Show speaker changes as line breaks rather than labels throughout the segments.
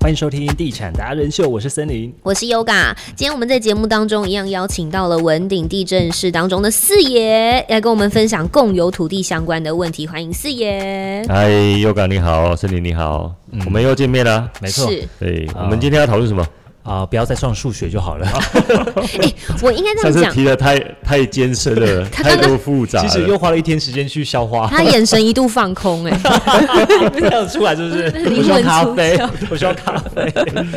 欢迎收听《地产达人秀》，我是森林。
我是 Yoga。今天我们在节目当中一样邀请到了文鼎地震室当中的四爷，来跟我们分享共有土地相关的问题。欢迎四爷。
嗨，优港你好，森林你好，
嗯
我们又见面了。
没错
是
对，
啊
我们今天要讨论什么？
啊、不要再算数学就好 了。
我应该这
上
样
次
讲，
提的太太艰 深了，太多复杂
其实又
了。
花了一天时间去消化，
他眼神一度放空、哎，
这样出来是不是？
灵
我需要
魂
咖
出
啡
窍，
我需要咖啡。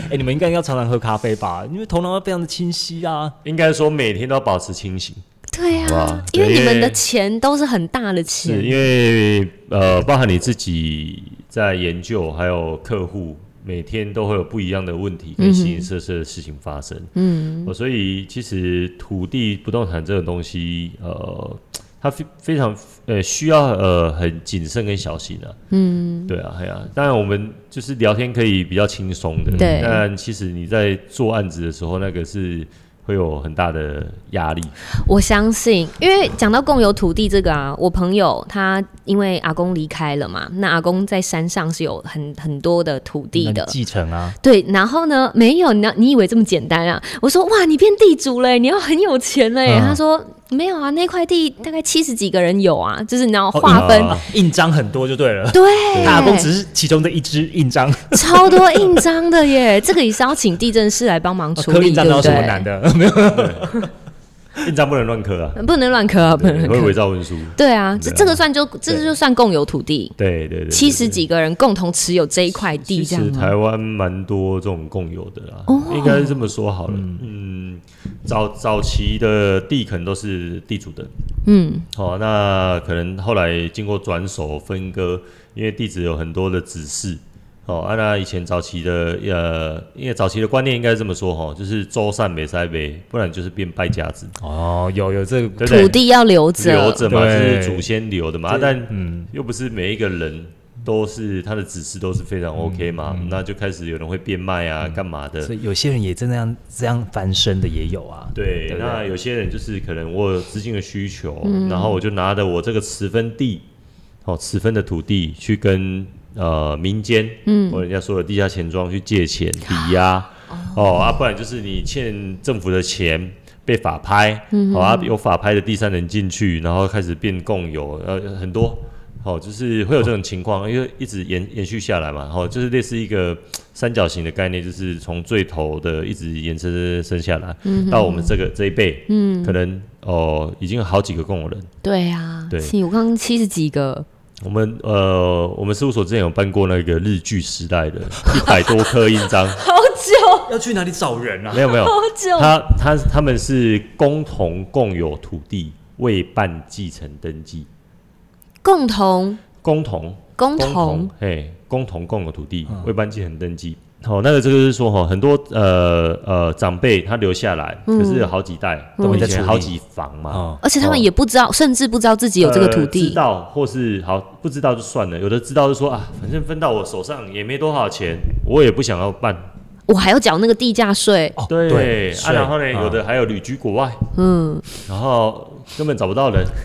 哎、你们应该要常常喝咖啡吧？因为头脑要非常的清晰啊。
应该说每天都要保持清醒，
对
好
啊
吧，
因为你们
因
的
为
钱都是很大的
是
钱，
因为呃，包含你自己在研究，还有客户，每天都会有不一样的问题跟形形色色的事情发生。
嗯，
哦，所以其实土地不动产这种东西，呃，它非非常呃需要呃很谨慎跟小心啊。嗯，对啊，哎呀、当然我们就是聊天可以比较轻松的，
对
但其实你在做案子的时候，那个是会有很大的压力。
我相信，因为讲到共有土地这个啊，我朋友他因为阿公离开了嘛，那阿公在山上是有很很多的土地
那
的
你，继承啊，
对，然后呢，没有，你你以为这么简单啊？我说哇，你变地主欸嘞，你要很有钱嘞。
嗯
他说没有啊，那块地大概七十几个人有啊，就是你要
哦
划分，
印
啊印章很多就对了。
对，
大公只是其中的一支印 章，
超多印章的耶， 这个也是要请地震师来帮忙处
哦
刻
理，
印章
对
哪
不
有什么
对
难？的？ 没有，
印章不能乱刻啊，
不能乱磕啊，不
对
能
会
乱
伪
磕。
造文书。
对啊，这
对啊
这个算就这个就算共有土地，
对对对对，
七十
对
几个人共同持有这一块地，这
其
样啊
实
吗哦
台？湾蛮多这种共有的啦，应该是这么说好了。嗯，早早期的地可能都是地主的，
嗯，
哦，那可能后来经过转手分割，因为地址有很多的指示。哦，啊、那以前早期的呃，因为早期的观念应该是这么说哈、哦，就是周善北塞北，不然就是变败家子，
哦，有有这个
对不对？
土地要留着，
留着嘛，
对
就是祖先留的嘛，啊
对
但
嗯
又不是每一个人都是他的指示都是非常 OK 嘛，那就开始有人会变卖啊，干嘛的？
嗯所以有些人也真的这样这样翻身的也有啊。
对
对，不对嗯
那有些人就是可能我有资金的需求，然后我就拿着我这个持分地，哦，持分的土地去跟呃民间，嗯，或者人家说的地下钱庄去借钱抵押，哦啊，不然就是你欠政府的钱。被法拍，
嗯
好、啊，有法拍的第三人进去，然后开始变共有，呃，很多，哦，就是会有这种情况，因为一直延延续下来嘛，哦，就是类似一个三角形的概念，就是从最头的一直延伸伸下来，
嗯
到我们这个这一辈，嗯，可能哦已经有好几个共有人。
对啊，
对
是我刚刚七十几个，
我们呃，我们事务所之前有办过那个日剧时代的一百多颗印 章，
好久
要去哪里找人啊？
没有没有，
好久，
他他他们是共同共有土地未办继承登记，
共同
共同
共
共
同
同，嘿，共同共有土地，未办继承登记。好、那个这个就是说哈，很多呃呃长辈他留下来，可是有好几代，
嗯
我们以
在处
前
理
好几房嘛，
哦，
而且他们也不知道，甚至不知道自己有这个土
呃
地。
知道或是好不知道就算了，有的知道就说啊，反正分到我手上也没多少钱，我也不想要办。
我还要缴那个地价税，
哦
对，啊，
是
然后呢，有的还有旅居国外，嗯，然后根本找不到人。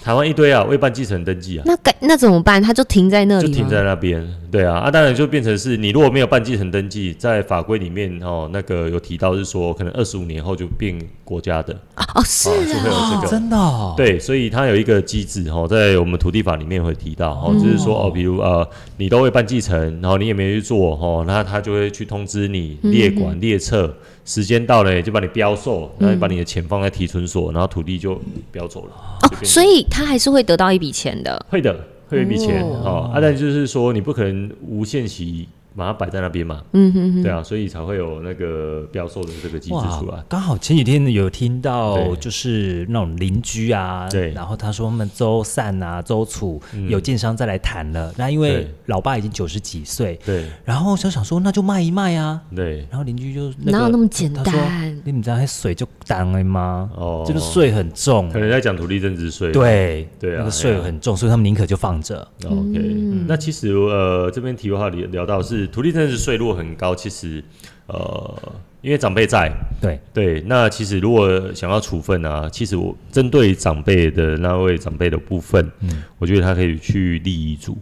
台湾一堆啊，未办继承登记啊，
那该那怎么办？他就停在那里
就
吗
停在那边。对啊，啊，当然就变成是你如果没有办继承登记，在法规里面哦，那个有提到是说，可能二十五年后就变国家的，
哦，是
哦，就会有
啊，
这个。
真的、哦，
对，所以它有一个机制哈，在我们土地法里面会提到哈，就是说哦，比如呃，你都会办继承，然后你也没去做哈，那他就会去通知你列管列册，时间到了就把你标售，然后把你的钱放在提存所，然后土地就标走了。就变成
所以他还是会得到一笔钱的。
会的，会有一笔钱
哦
哦。啊，但就是说你不可能无限期把它摆在那边嘛，
嗯哼哼，
对啊，所以才会有那个标售的这个机制
哇
出来。
刚好前几天有听到，
啊对
就是那种邻居啊，
对嗯
然后他说他们周散啊、周楚、有建商再来谈了，那因为
对
老爸已经九十几岁，
对
然后就想说那就卖一卖啊，
对
然后邻居就、那个、
哪有那么简单
他说你们知道那水就当了吗？
哦，
这个税很重
可，能在讲土地增值税。
对
对啊哦
那个税很重，所以他们宁可就放着。
OK，、那其实呃，这边题外话聊聊到是土地增值税如果很高，其实呃，因为长辈在，
对，
对，那其实如果想要处分啊，其实我针对长辈的那位长辈的部分，我觉得他可以去立遗嘱。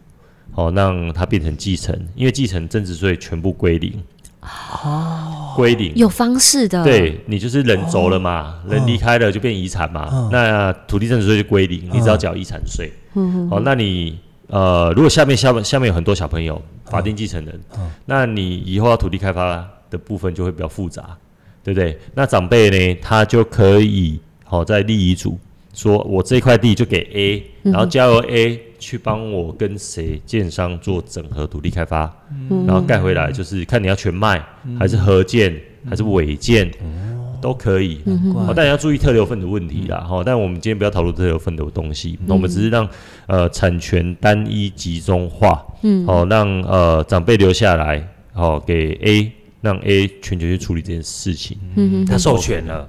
哦，让它变成继承，因为继承增值税全部归零。哦，归零。
有方式的，，
对你就是人走了嘛，人离开了就变遗产嘛，那土地增值税就归零，你只要缴遗产税。哦，那你呃，如果下面下面下面有很多小朋友，法定继承人，那你以后要土地开发的部分就会比较复杂，对不对？那长辈呢，他就可以好、在立遗嘱说，我这块地就给 A，然后交由 A 去帮我跟谁建商做整合土地开发，然后盖回来就是看你要全卖还是合建还是违建。都可以，
嗯
哦，但你要注意特留份的问题啦。哈、但我们今天不要讨论特留份的东西，那我们只是让呃产权单一集中化，嗯，哦，让呃长辈留下来，哦，给 A 让 A 全权去处理这件事情，
嗯
他授权了，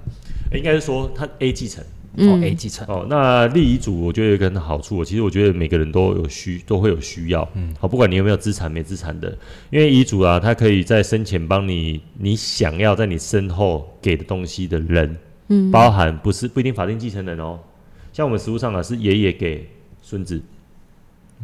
应该是说他 A 继承。
嗯
哦，A 继承，
哦，那立遗嘱我觉得有一个很好处，其实我觉得每个人都有需都会有需要，嗯，好，不管你有没有资产没资产的，因为遗嘱啊，它可以在生前帮你你想要在你身后给的东西的人，嗯，包含不是不一定法定继承人哦，像我们实务上啊是爷爷给孙子，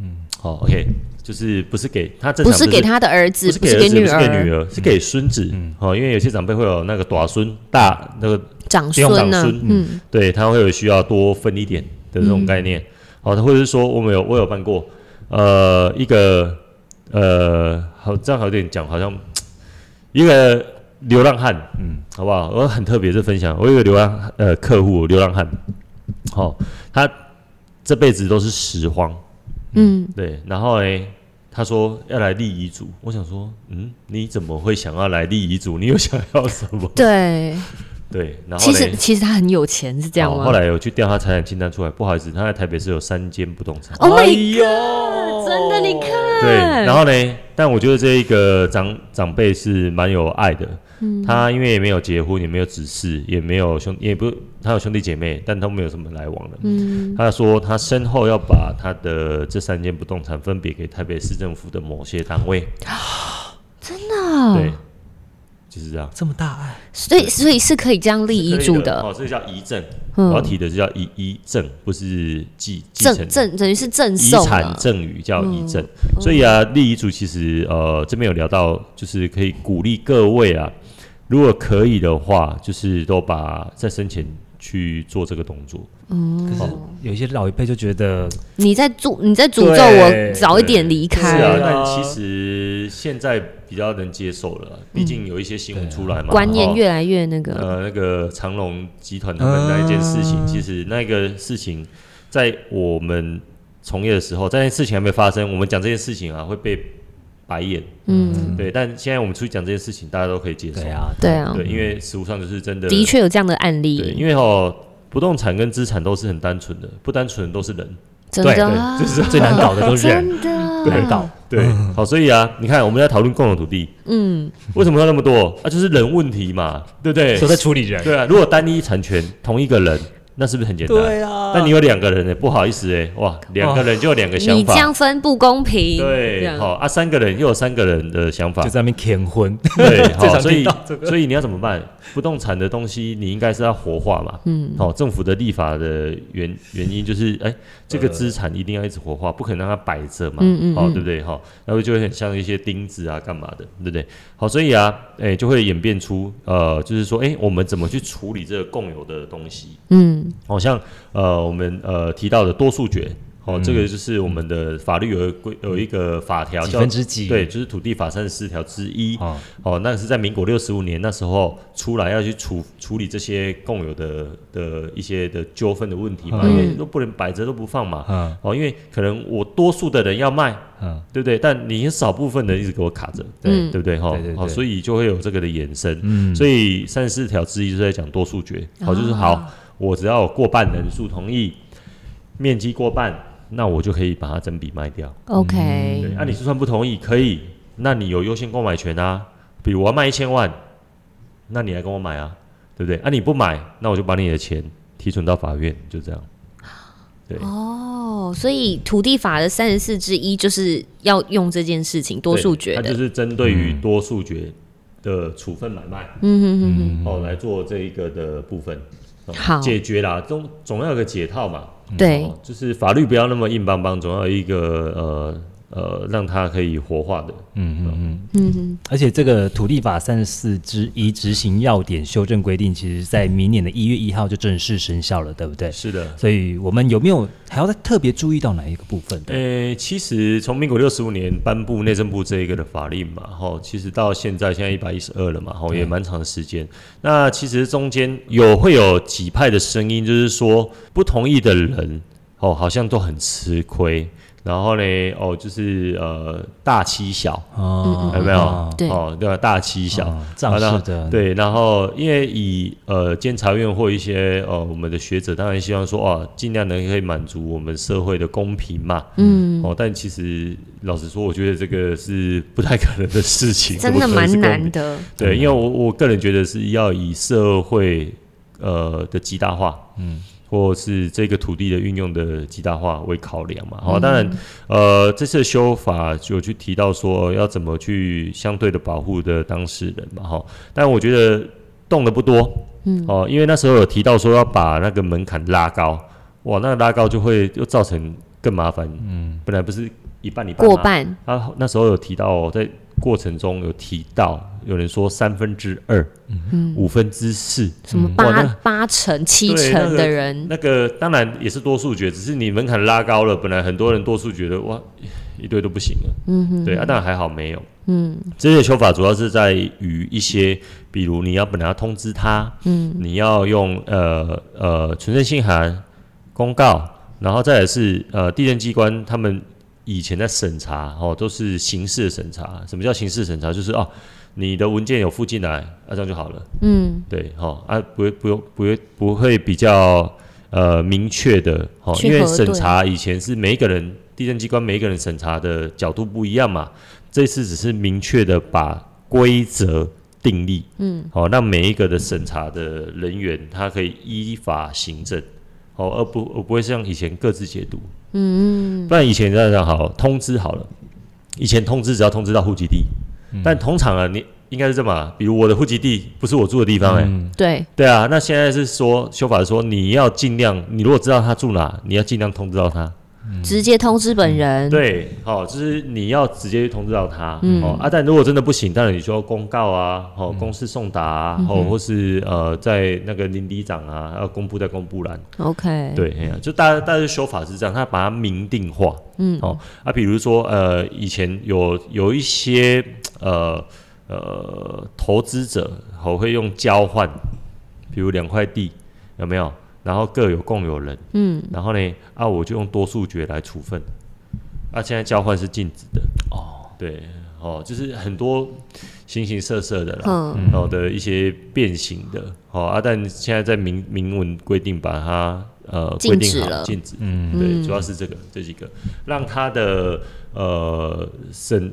嗯，好、o k 就是不是给他正
不
常
是给他的儿子，
不是
不
给
是
儿子，
女
不是给女
儿，
儿，是给孙子，哦，因为有些长辈会有那个短孙大那个
长
用
孙
长
呢
孙，
嗯，
对他会有需要多分一点的这种概念。好，他或者是说我们有我有办过，呃，一个呃，好这样好点讲，好像一个流浪汉，嗯，好不好？我很特别是分享，我有一个流浪呃客户流浪汉，好、他这辈子都是拾荒，
嗯，
对，然后呢？他说要来立遗嘱，我想说，嗯，你怎么会想要来立遗嘱？你又想要什么？
对，
对，然
其
后呢？
实其实他很有钱，是这样
好
吗？
哦后来有去调他财产清单出来，不好意思，他在台北市有三间不动产。
Oh my
哎呦，
真的你看
对，然后呢？但我觉得这一个长长辈是蛮有爱的。
嗯
他因为也没有结婚，也没有子嗣，也没有兄，也不他有兄弟姐妹，但他们没有什么来往的。
嗯
他说他身后要把他的这三间不动产分别给台北市政府的某些单 位。
啊，
对，就是这样。
这么大爱，
所以所以是可以这样立遗嘱的，
哦，这个叫遗赠。
嗯
我要提的是叫遗遗赠，不是继继承
赠赠等于是赠
遗
送啊嗯
产
了，
赠与叫遗赠，所以啊，立遗嘱其实呃这边有聊到，就是可以鼓励各位啊，如果可以的话，就是都把在生前去做这个动作。
可是哦
嗯
有一些老一辈就觉得，
你在诅你在诅咒
对
我早一点离
是
开，
啊，
对啊
但其实现在比较能接受了，啊毕竟有一些新闻出来嘛，
观念
哦
嗯越来越那个，
呃，那个长隆集团他们那一件事情，
啊
嗯
其实那个事情在我们从业的时候，在那件事情还没发生，我们讲这件事情啊会被白眼，
嗯，
对。但现在我们出去讲这件事情，大家都可以接受，
对啊，
对啊，
对因为实物上就是真的，
的确有这样的案
对，
例，
因为哦，不动产跟资产都是很单纯的，不单纯的都是人，
真
对
的
对
啊，
就是最难搞的都是人，
真的
难搞，
对。好，所以啊，你看我们在讨论共有土地，
嗯，
为什么要那么多啊？就是人问题嘛，对不对
都？在处理人，
对啊，如果单一产权同一个人，那是不是很简单？
啊
但你有两个人呢、不好意思哎、哇，两个人就有两个想
你这
法，
样分不公平，这
对，
样
好、啊，三个人又有三个人的想法
就，在那边舔婚，
对，
最
好、
常
所以
听到这个
所以你要怎么办？不动产的东西你应该是要活化嘛，嗯，好、政府的立法的原原因就是，哎、这个资产一定要一直活化，不可能让它摆着嘛，
嗯嗯
好、
嗯
对不对？好、那就会很像一些钉子啊，干嘛的，对不对？好，所以啊，哎、就会演变出呃，就是说，哎、我们怎么去处理这个共有的东西？
嗯
好、像呃我们呃提到的多数决，哦，这个就是我们的法律有一个规有一个法条
嗯几
叫
分之几？
对，就是土地法三十四条之一。
啊，
哦，那是在民国六十五年那时候出来要去处处理这些共有的的一些的纠纷的问题嘛，
嗯
因为都不能摆着都不放嘛。
嗯
哦，因为可能我多数的人要卖，
嗯，
对不对？但你少部分人一直给我卡着，对、
嗯
对不对？哈、
对对对
哦，所以就会有这个的延伸。
嗯
所以三十四条之一就是在讲多数决，好、就是
啊
好，我只要有过半人数同意，面积过半，那我就可以把它整笔卖掉。
，OK，
对，啊那、你就算不同意，可以，那你有优先购买权啊。比如我要卖一千万，那你来跟我买啊，对不对？啊，你不买，那我就把你的钱提存到法院，就这样。对，
哦，所以土地法的三十四之一就是要用这件事情多数决
它就
的，
是针对于多数决的处分买卖，
嗯
哦，来做这一个的部分，哦
好
解决啦，总总要有个解套嘛，
哼哼，对
哦，就是法律不要那么硬邦邦，总要有一个呃呃让它可以活化的。
嗯嗯嗯。
嗯
而且这个土地法三十四之一执行要点修正规定，其实在明年的一月一号就正式生效了，对不对？
是的。
所以我们有没有还要再特别注意到哪一个部分的？
呃、其实从民国六十五年颁布内政部这一个的法令嘛，吼，其实到现在现在一百一十二了嘛，吼，也蛮长的时间。那其实中间有会有几派的声音，就是说不同意的人，哦，好像都很吃亏。然后呢，哦，就是呃大欺小，
哦
嗯有没有？
对
哦，对吧？大欺小，
哦仗势的，
对，然后因为以呃监察院或一些呃我们的学者，当然希望说啊，尽量能可以满足我们社会的公平嘛。
嗯，
哦，但其实老实说，我觉得这个是不太可能的事情，
真
怎
的
么可能
蛮
是公
难
平。
的。
对，因为我我个人觉得是要以社会呃的极大化，嗯，或是这个土地的运用的极大化为考量嘛。好、当然，呃，这次的修法有去提到说呃要怎么去相对的保护的当事人嘛，哈、但我觉得动的不多，嗯，哦，因为那时候有提到说要把那个门槛拉高，哇，那拉高就会又造成更麻烦，嗯，本来不是一半一半
过
吗
半，
他那时候有提到、哦，在过程中有提到，有人说三分之二，五分之四，
什么
嗯哇
八
那
八成、七
对那
成
个
的人，
那个当然也是多数决，只是你门槛拉高了，本来很多人多数决的哇，一堆都不行了。嗯哼，对啊，当然还好没有。嗯，这些修法主要是在于一些，比如你要本来要通知他，嗯，你要用呃呃存证信函、公告，然后再来是呃地震机关他们以前在审查哦，都是刑事的审查。什么叫刑事审查？就是哦，你的文件有附进来，啊这样就好了。
嗯，
对，哈、啊，不会，不用，不会，不会比较呃明确的，哈、
去
因为
核对
审查以前是每一个人地震机关每一个人审查的角度不一样嘛，这次只是明确的把规则定立，嗯，好、让每一个的审查的人员他可以依法行政，哦，而不而不会像以前各自解读，嗯，不然以前这样好通知好了，以前通知只要通知到户籍地，但通常啊你。应该是这么啊，比如我的户籍地不是我住的地方、欸，
嗯
对，
对啊，那现在是说修法是说你要尽量，你如果知道他住哪，你要尽量通知到他。
直接通知本人，
嗯对，好、就是你要直接通知到他。
嗯
哦啊，但如果真的不行，当然你就要公告啊，哦，公示送达啊，哦，或是呃，在那个林里长啊，要公布在公布栏。
，OK，
对，哎呀就大家大家修法是这样，他把它明定化，嗯，哦，啊，比如说呃，以前有有一些呃呃投资者，我会用交换，比如两块地有没有，然后各有共有人，嗯，然后呢，啊，我就用多数决来处分，啊，现在交换是禁止的，哦，对，哦，就是很多形形色色的啦，
嗯，
然后哦的一些变形的，哦，啊，但现在在明明文规定把它呃
禁
规定
止
好
了
禁止，
嗯
对，主要是这个这几个，让它的呃审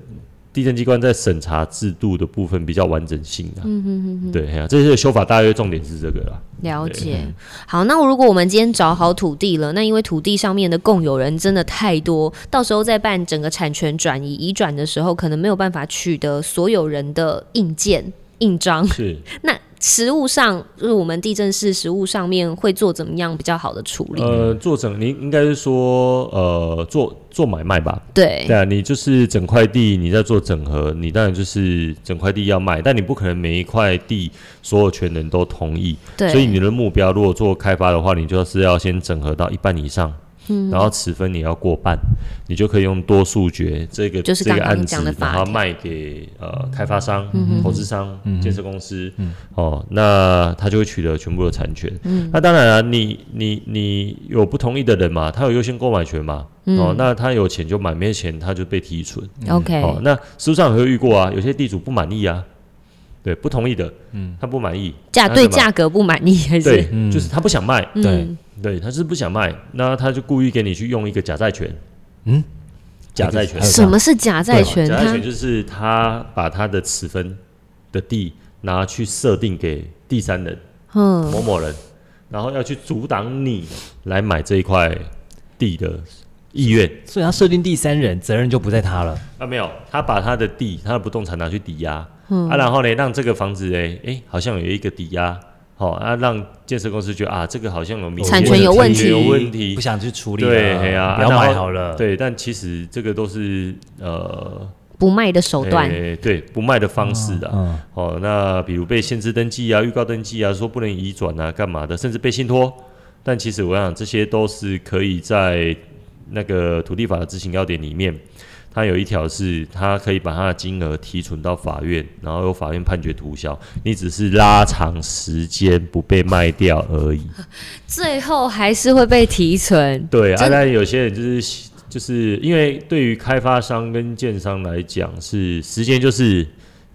地震机关在审查制度的部分比较完整性啊，嗯嗯嗯，对，哎呀这些修法大约重点是这个啦，
了解。好，那如果我们今天找好土地了，那因为土地上面的共有人真的太多，到时候再办整个产权转移移转的时候，可能没有办法取得所有人的印鉴印章。
是。
那实物上，就是我们地震室实物上面会做怎么样比较好的处理？
呃，做整你应该是说，呃，做做买卖吧。
对
对啊，你就是整块地你在做整合，你当然就是整块地要卖，但你不可能每一块地所有权人都同意，
对，
所以你的目标如果做开发的话，你就是要先整合到一半以上。
嗯
然后持分也要过半，你就可以用多数决这个
就是
这
刚
个
刚
案
你
子
讲的，法
然后
条嗯
卖给呃开发商、投资商、建设公司，哦，那他就会取得全部的产权。
嗯
那当然啊，你你你有不同意的人嘛，他有优先购买权嘛，
嗯
哦，那他有钱就买，没钱他就被提存。
OK，、
哦，那实务上也会遇过啊，有些地主不满意啊，对，不同意的，
嗯
他不满意，
价
哦那
对
干嘛
价格不满意还
对
是？，
就是他不想卖，
对
嗯，
对，他是不想卖，那他就故意给你去用一个假债权，
嗯，
假债权
还有，
什么是假债权？
假债
它
权就是他把他的持分的地拿去设定给第三人
嗯
某某人，然后要去阻挡你来买这一块地的意愿。
所以他设定第三人责任就不在他了。
啊，没有，他把他的
嗯
地、他的不动产拿去抵押，啊，然后呢，让这个房子哎哎，好像有一个抵押，好、啊，让建设公司觉得啊，这个好像有民
产
间
权
的
有问
产权有
题
问题
不，想去处理了，
对，哎呀、
不要
然后
买好了，，
对，但其实这个都是呃
不卖的手段，
哎对不卖的方式的、
嗯，
哦，那比如被限制登记啊、预告登记啊，说不能移转啊、干嘛的，甚至被信托。但其实我想，这些都是可以在那个土地法的执行要点里面，它有一条是，它可以把它的金额提存到法院，然后由法院判决涂销，你只是拉长时间不被卖掉 而已。
最后还是会被提存。
对啊，
真
但有些人就是就是因为对于开发商跟建商来讲，是时间就是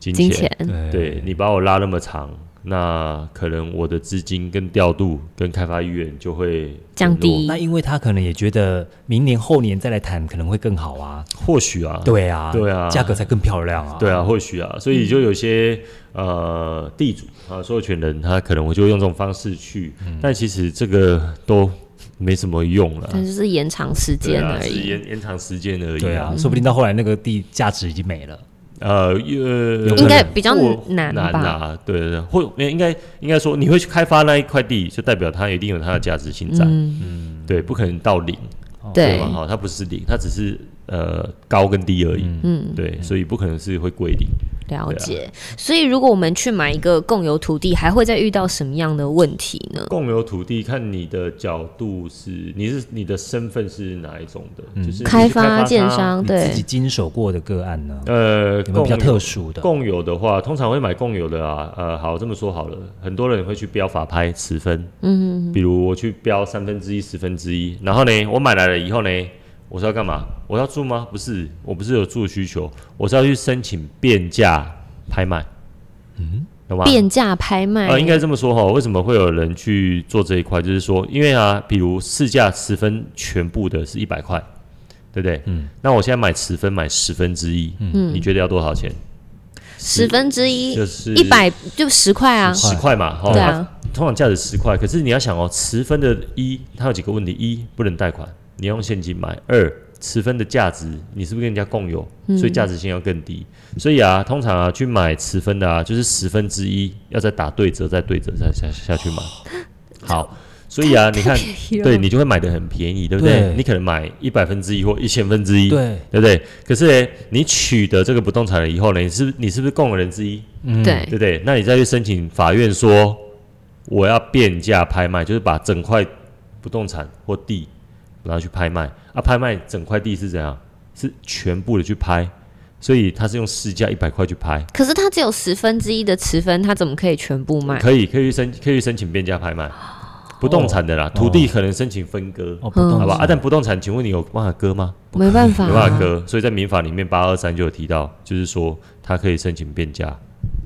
金
金
钱，
钱，
嗯
嗯
对啊你把我拉那么长，那可能我的资金跟调度跟开发意愿就会
降
减弱
低
那因为他可能也觉得明年后年再来谈可能会更好啊，
或许啊，
对啊，
对啊
价格才更漂亮啊，
对啊，或许啊，所以就有些、
嗯
呃地主啊所有权人，他可能我就会用这种方式去，
嗯
但其实这个都没什么用了。
但就是延长嗯时
对
间
啊，
而
是
已。
延延长时间而已、
对啊，说不定到后来那个地价值已经没了，
呃，呃，
应该比较
或
难吧
难啊，对对，对或没有应该应该说你会去开发那一块地，就代表它一定有它的价值性在，
嗯，
对，不可能到零，
对
吧？，哈，它不是零，它只是呃高跟低而已，
嗯，
对，所以不可能是会归零。
了
啊
解。所以如果我们去买一个共有土地，还会再遇到什么样的问题呢？
共有土地，看你的角度是你是你的身份是哪一种的，就是你去
开
发
发
它
建。商
你自己
嗯对，
经手过的个案呢，
呃，
有没有比较
共
特殊的？
共有的话，通常会买共有的啊。呃，好，这么说好了，很多人会去标法拍十分，嗯，比如我去标三分之一、十分之一，然后呢，我买来了以后呢，我是要干嘛？我要住吗？不是，我不是有住的需求，我是要去申请变价拍卖，嗯，懂吗？
变价拍卖
呃，应该这么说哈，为什么会有人去做这一块？就是说，因为啊，比如市价十分全部的是一百块，对不对？嗯。那我现在买十分，买十分之一，嗯，你觉得要多少钱？
十分之一
就，是
一百就十块啊，
哎
十块哦嘛，哈、
对 啊，
它通常价值十块，可是你要想哦，十分的一，它有几个问题：一不能贷款，你要用现金买；二十分的价值，你是不是跟人家共有，
嗯
所以价值性要更低。所以啊，通常啊去买十分的啊，就是十分之一要再打对折，再对折，再下下去买。
哦
好，所以啊，你看，
宜了
对你就会买的很便宜，对不对？
对
你可能买一百分之一或一千分之一，
对，
对不对？可是呢，你取得这个不动产了以后呢，你是不你是不是共有人之一？
对
对，不对？那你嗯再去申请法院说我要变价拍卖，就是把整块不动产或地然后去拍卖。啊，拍卖整块地是怎样？是全部的去拍，所以他是用市价一百块去拍。
可是它只有十分之一的持分，它怎么可以全部卖？
可以，可以去申，可以去申请变价拍卖，不动产的啦，土地可能申请分割，
哦哦，不动
嗯
好吧？
产
啊，但不动产，请问你有办法割吗？
没办法、啊
没办法割，所以在民法里面八二三就有提到，就是说他可以申请变价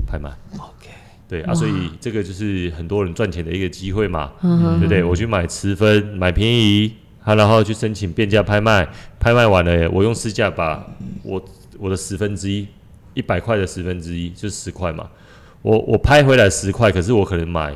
拍卖。
OK
对啊，所以这个就是很多人赚钱的一个机会嘛，
嗯
对不对？我去买持分，买便宜，啊，然后去申请变价拍卖，拍卖完了，我用市价把我我的十分之一，一百块的十分之一就是十块嘛，我我拍回来十块，可是我可能买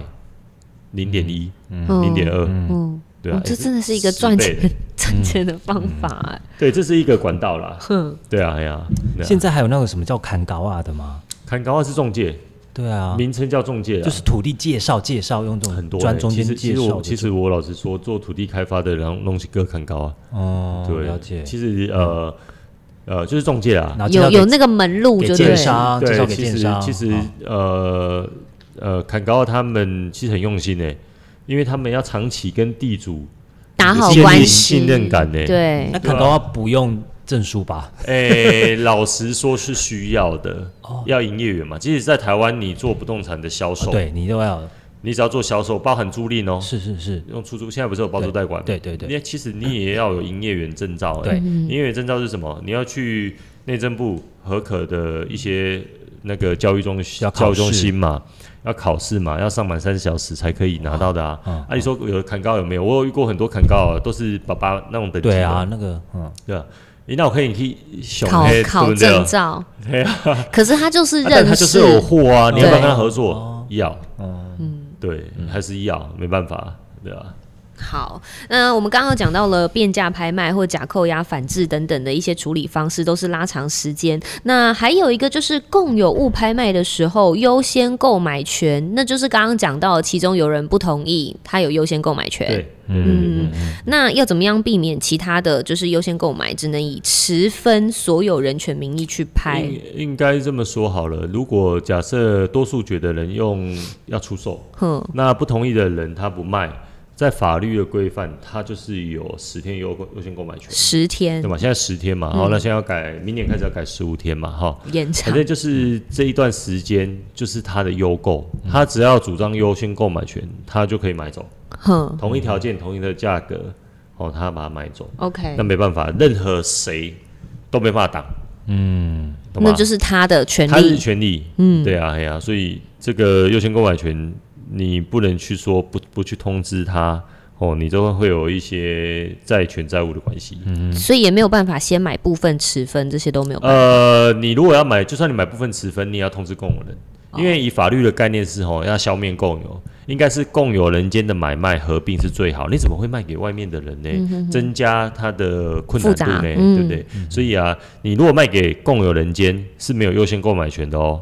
零点一、
嗯
零点二，
嗯，
对啊
哦，这
诶
真的是一个
十
赚
倍嗯
钱赚钱的方法、哎
对，这是一个管道啦，
哼，
对啊，哎呀，对啊
现在还有那个什么叫砍高啊的吗？
砍高二是中介，
对啊，
名称叫中介啊，
就是土地介绍介绍用这种
很多欸、
专中
其
间
实其
介
实
绍的
我其
这
实
种
我老实说，做土地开发的，然后弄起各看高啊，
哦，
对，
了解。
其实呃呃，就是中介啊，
然后介绍
有
给
有那个门路
给
就对
建
了，
商啊介绍
对，
给
其
建
实
商，
其实
哦
呃呃，砍高他们其实很用心诶、欸因为他们要长期跟地主
打好
建立
关系，
信任感欸
对
那，砍高啊不用证书吧？
诶、哎老实说是需要的，要营业员嘛。即使在台湾，你做不动产的销售，
哦对你都要
你只要做销售，包含租赁哦，
是是是，
用出租，现在不是有包租代管吗？
对对对
你其实你也要有营业员证照、欸，
对，
嗯
营业员证照是什么？你要去内政部合可的一些那个教育中
要
心、
考
教育
试
中心嘛，要考试嘛，要上满三十小时才可以拿到的啊。啊，你说有砍高有没有？我有遇过很多砍高、啊，都是爸爸那种等级的
对啊，，那个嗯，
对啊。诶那我可以去熊
考
黑，对
考
不对啊？
证照
对，
可是他就是
啊但
认
他就
识，
是有货啊，你要不要
哦
对
嗯
跟他合作？要，嗯，对，还是要，没办法，对啊。
好，那我们刚刚讲到了变价拍卖或假扣押、反制等等的一些处理方式，都是拉长时间。那还有一个就是共有物拍卖的时候，优先购买权，那就是刚刚讲到，其中有人不同意，他有优先购买权。
对，嗯，
那要怎么样避免其他的就是优先购买只能以持分所有人权名义去拍？
应应该这么说好了。如果假设多数决的人用要出售，
哼，
那不同意的人他不卖，在法律的规范，他就是有十天优优先购买权，
十天
对吗？现在十天嘛，好，那现在要改，明年开始要改十五天嘛，哈。
延
反
长
正就是这一段时间，就是他的优购，他只要主张优先购买权，他就可以买走，
哼
同一条件、同一个价格，哦，他把它买走，
，OK，
那没办法，任何谁都没办法挡，嗯，懂吗
那就是他的权
他是
利。
权利，嗯，对啊，哎呀、所以这个优先购买权，你不能去说不不去通知他哦，你都会有一些债权债务的关系。嗯，
所以也没有办法先买部分持分，这些都没有办法。
呃，你如果要买，就算你买部分持分，你也要通知共有人，
哦
因为以法律的概念是哦，要消灭共有，应该是共有人间的买卖合并是最好。你怎么会卖给外面的人呢？增加他的困难
嗯复
度
杂
呢，
嗯
对不对？所以啊，你如果卖给共有人间是没有优先购买权的哦。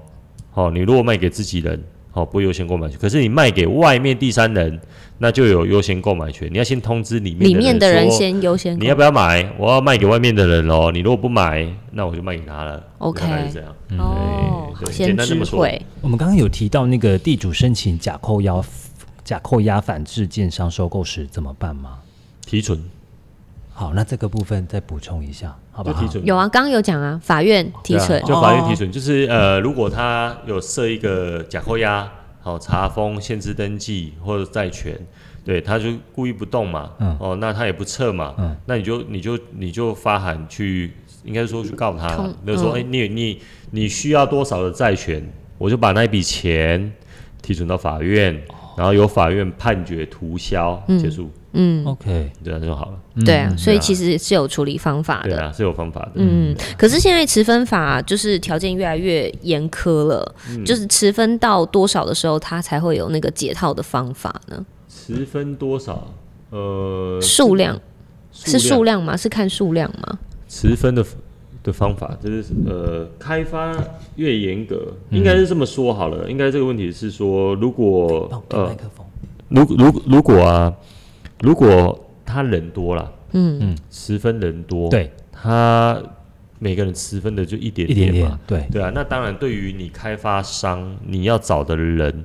好、你如果卖给自己人，好、不会优先购买权。可是你卖给外面第三人，那就有优先购买权。你要先通知里面
里面的人
说
先优先购
你
买，
要不要买？我要卖给外面的人哦。你如果不买，那我就卖给他了。
OK
大概是这样。
哦，
嗯
好
对对
先
简单这
知
么说
会，
我们刚刚有提到那个地主申请假扣押、假扣押反制建商收购时怎么办吗？
提存，
好，那这个部分再补充一下，好不
就
好
提？存
有啊，刚刚有讲啊，法院提
嗯对啊
存，
就法院提
哦
存，就是呃，如果他有设一个假扣押、好、查封、限制登记或者债权，对，他就故意不动嘛，
嗯
哦，那他也不撤嘛，
嗯
那你就你就你就发函去，应该说去告他
通，
就是说，
嗯
哎、你你你需要多少的债权，我就把那笔钱提存到法院，然后由法院判决涂销、结束，
哦嗯，
OK，
这样就好了。
对啊，所以
对啊
其实是有处理方法
对
的。
啊，是有方法的。
嗯，可是现在持分法就是条件越来越严苛了，
嗯
就是持分到多少的时候，它才会有那个解套的方法呢？
十分多少？呃，
数量是数
量
量吗？是看数量吗？
持分的的方法，嗯就是呃，开发越严格，应该是这么说好了。应该这个问题是说，如
帮
果
我开麦
呃，
克风。
如如如果啊，如果他人多啦，
嗯
嗯，十分人多，，
对，
他每个人十分的就一点
一点
嘛，
点，对，
对啊，那当然，对于你开发商，你要找的人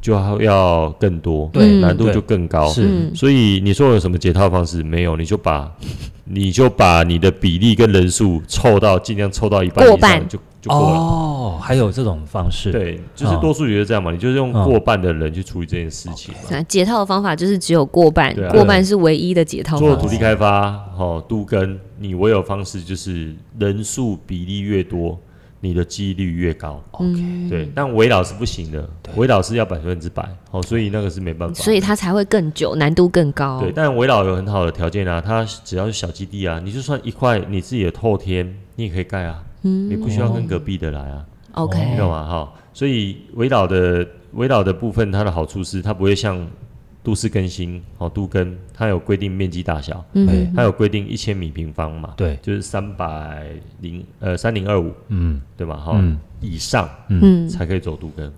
就要要更多，
对
难度
对
就更高，
是
嗯
所以你说有什么解套方式？没有，你就把 你就把你的比例跟人数凑到尽量凑到一半
过
以上
半
就就过了。
哦，还有这种方式，，
对，就是
哦
多数就是这样嘛，你就是用
哦
过半的人去处理这件事情嘛。
那解套的方法就是只有过半
对，啊
过半是唯一的解套
做
方
土
法。
地开发，哦，都跟你唯有方式就是人数比例越多，你的几率越高。
嗯，
对，但围绕是不行的，围绕是要百分之百，哦，所以那个是没办法。
所以哦它才会更久，难度更高。
对，但围绕有很好的条件啊，它只要是小基地啊，你就算一块你自己的透天，你也可以盖啊，你不需要
哦
跟隔壁的来啊，你
OK，
懂吗？哈，所以围绕的围绕的部分，它的好处是它不会像都市更新哦，都更它有规定面积大小，
哎
嗯，
它有规定一千米平方嘛，
对，
就是三百零呃三零二五
嗯，
对吧？哈、
嗯
以上
嗯，
才可以走都更，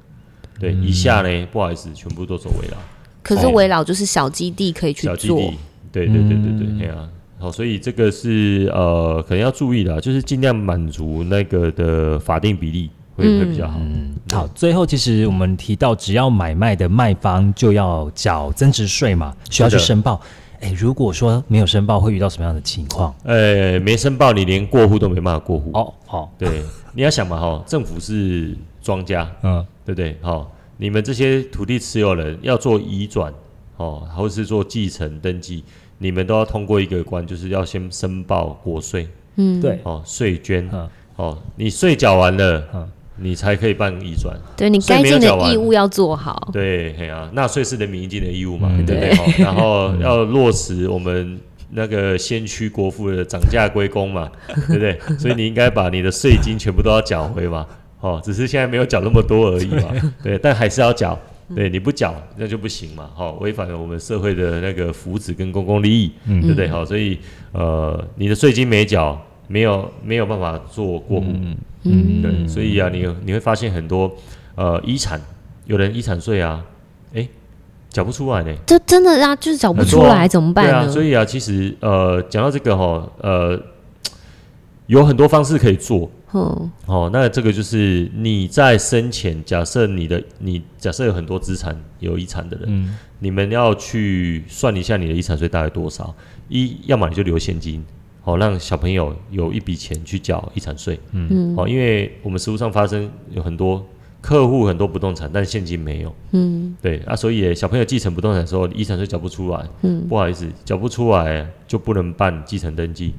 对，以下呢，不好意思，全部都走围绕。
可是围绕就是小基地可以去
小基
做嗯
地，，对对对对对，哎呀、好，所以这个是呃，可能要注意的啊，就是尽量满足那个的法定比例会、
嗯
会比较好。
好，最后其实我们提到，只要买卖的卖方就要缴增值税嘛，需要去
是的
申报。哎，如果说没有申报，会遇到什么样的情况？
呃，没申报你连过户都没办法过户。
哦，好，
对，你要想嘛哈，政府是庄家，
嗯，
对不对？好，你们这些土地持有人要做移转哦，或是做继承登记，你们都要通过一个关，就是要先申报国税
嗯，
对，
哦，税捐
嗯
哦，你税缴完了，
嗯
你才可以办移转。
对你
所以
该
没有
尽的
讲完
义务要做好。
对，嘿啊，纳税是人民应尽的义务嘛，
嗯
对不对？哦然后要落实我们那个先驱国父的涨价归公嘛，对 不对？所以你应该把你的税金全部都要缴回嘛，哦，只是现在没有缴那么多而已嘛，对，但还是要缴。对，你不缴那就不行嘛，好、违反了我们社会的那个福祉跟公共利益，对不对？好、所以呃，你的税金没缴，没有没有办法做过户，
嗯
对，所以啊，你你会发现很多呃遗产，有人遗产税啊，诶，缴不出来呢，
这真的啊，就是找不出
很多
来，
啊
怎么办
对
呢？
啊，所以啊，其实呃，讲到这个哈、呃，有很多方式可以做。
嗯
哦，那这个就是你在生前，假设你的你假设有很多资产有遗产的人，
嗯
你们要去算一下你的遗产税大概多少。一，要么你就留现金，好、让小朋友有一笔钱去缴遗产税。
嗯
好、因为我们实务上发生有很多客户很多不动产，但现金没有。
嗯
对啊，所以小朋友继承不动产的时候，遗产税缴不出来，
嗯
不好意思，缴不出来就不能办继承登记，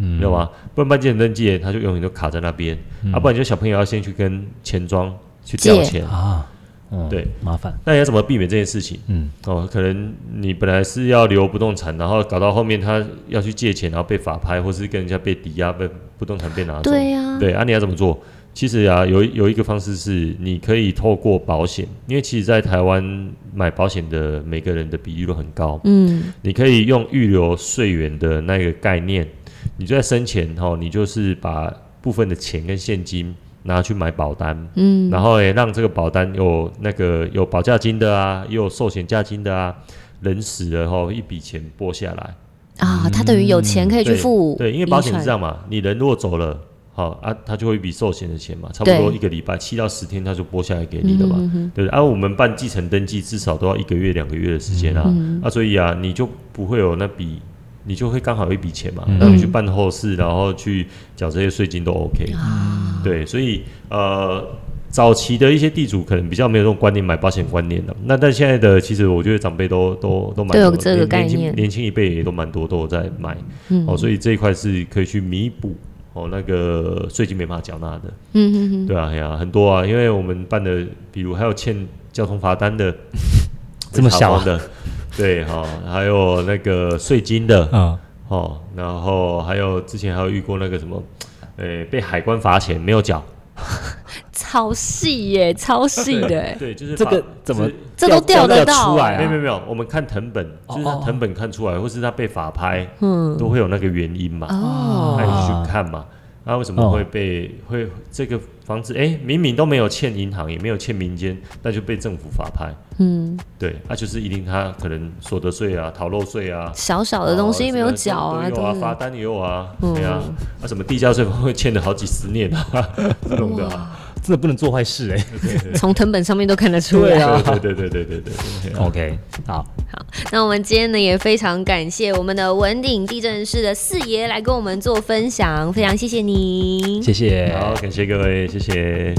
嗯，知道吗？不能办继承登记，他就永远都卡在那边，啊，不然就小朋友要先去跟钱庄去调
借
钱。
啊，嗯
对，
麻烦，
那你要怎么避免这件事情？
嗯，，
哦，可能你本来是要留不动产，然后搞到后面他要去借钱，然后被法拍，或是跟人家被抵押，被不动产被拿走。
对呀，
对啊，你要怎么做？其实啊，有一有一个方式是，你可以透过保险，因为其实，在台湾买保险的每个人的比例都很高，
嗯
你可以用预留税源的那个概念，你就在生前哈、哦，你就是把部分的钱跟现金拿去买保单，
嗯
然后诶让这个保单有那个有保价金的啊，也有寿险价金的啊，人死了后、一笔钱拨下来，
啊，他等于有钱可以去
对
付
对，因为保
遗
险是
产
这样嘛，你人如果走了，好、啊，他就会一笔寿险的钱嘛，差不多
对嗯
一个礼拜七到十天他就拨下来给你的嘛，对不对？啊，我们办继承登记至少都要一个月两个月的时间啊，
嗯
啊，所以啊，你就不会有那笔。你就会刚好有一笔钱嘛，让你去办后事，然后去缴这些税金都 OK。对，
啊
所以呃，早期的一些地主可能比较没有这种观念，买保险观念的。那但现在的其实我觉得长辈都都都蛮
都有
多
这个
年
概
年轻
念
年轻一辈也都蛮多都有在买。
嗯
哦，所以这一块是可以去弥补哦那个税金没办法缴纳的，
嗯嗯
对啊，哎呀、很多啊，因为我们办的，比如还有欠交通罚单的
这么
被查
小啊
封的，对哈、哦，还有那个税金的
嗯，
哦，然后还有之前还有遇过那个什么，呃，被海关罚钱没有缴，
嗯，超细耶，超细的耶，
对，就是
这个
罚
怎么
是
这都
调
钓得到
出来
没有没有
啊？
没有，我们看藤本，
哦
就是他
哦哦
藤本看出来，或是他被法拍，
嗯
都会有那个原因嘛。那
哦，
哎
你去看嘛。那、为什么会被、会这个房子？哎、明明都没有欠银行，也没有欠民间，那就被政府法拍。
嗯，
对，那、就是一定他可能所得税啊、逃漏税啊，
小小的东西
哦
没有
什么
缴啊，
都有啊，
是
罚单也有啊，
嗯
对啊，啊什么地价税会欠了好几十年啊， 这种的、啊。
真的不能做坏事哎。
从藤本上面都看得出来。
对啊对对对对对对。
OK，好，
那我们今天呢也非常感谢我们的文鼎地震室的四爷来跟我们做分享，非常谢谢你，
谢谢。
好，感谢各位，谢谢。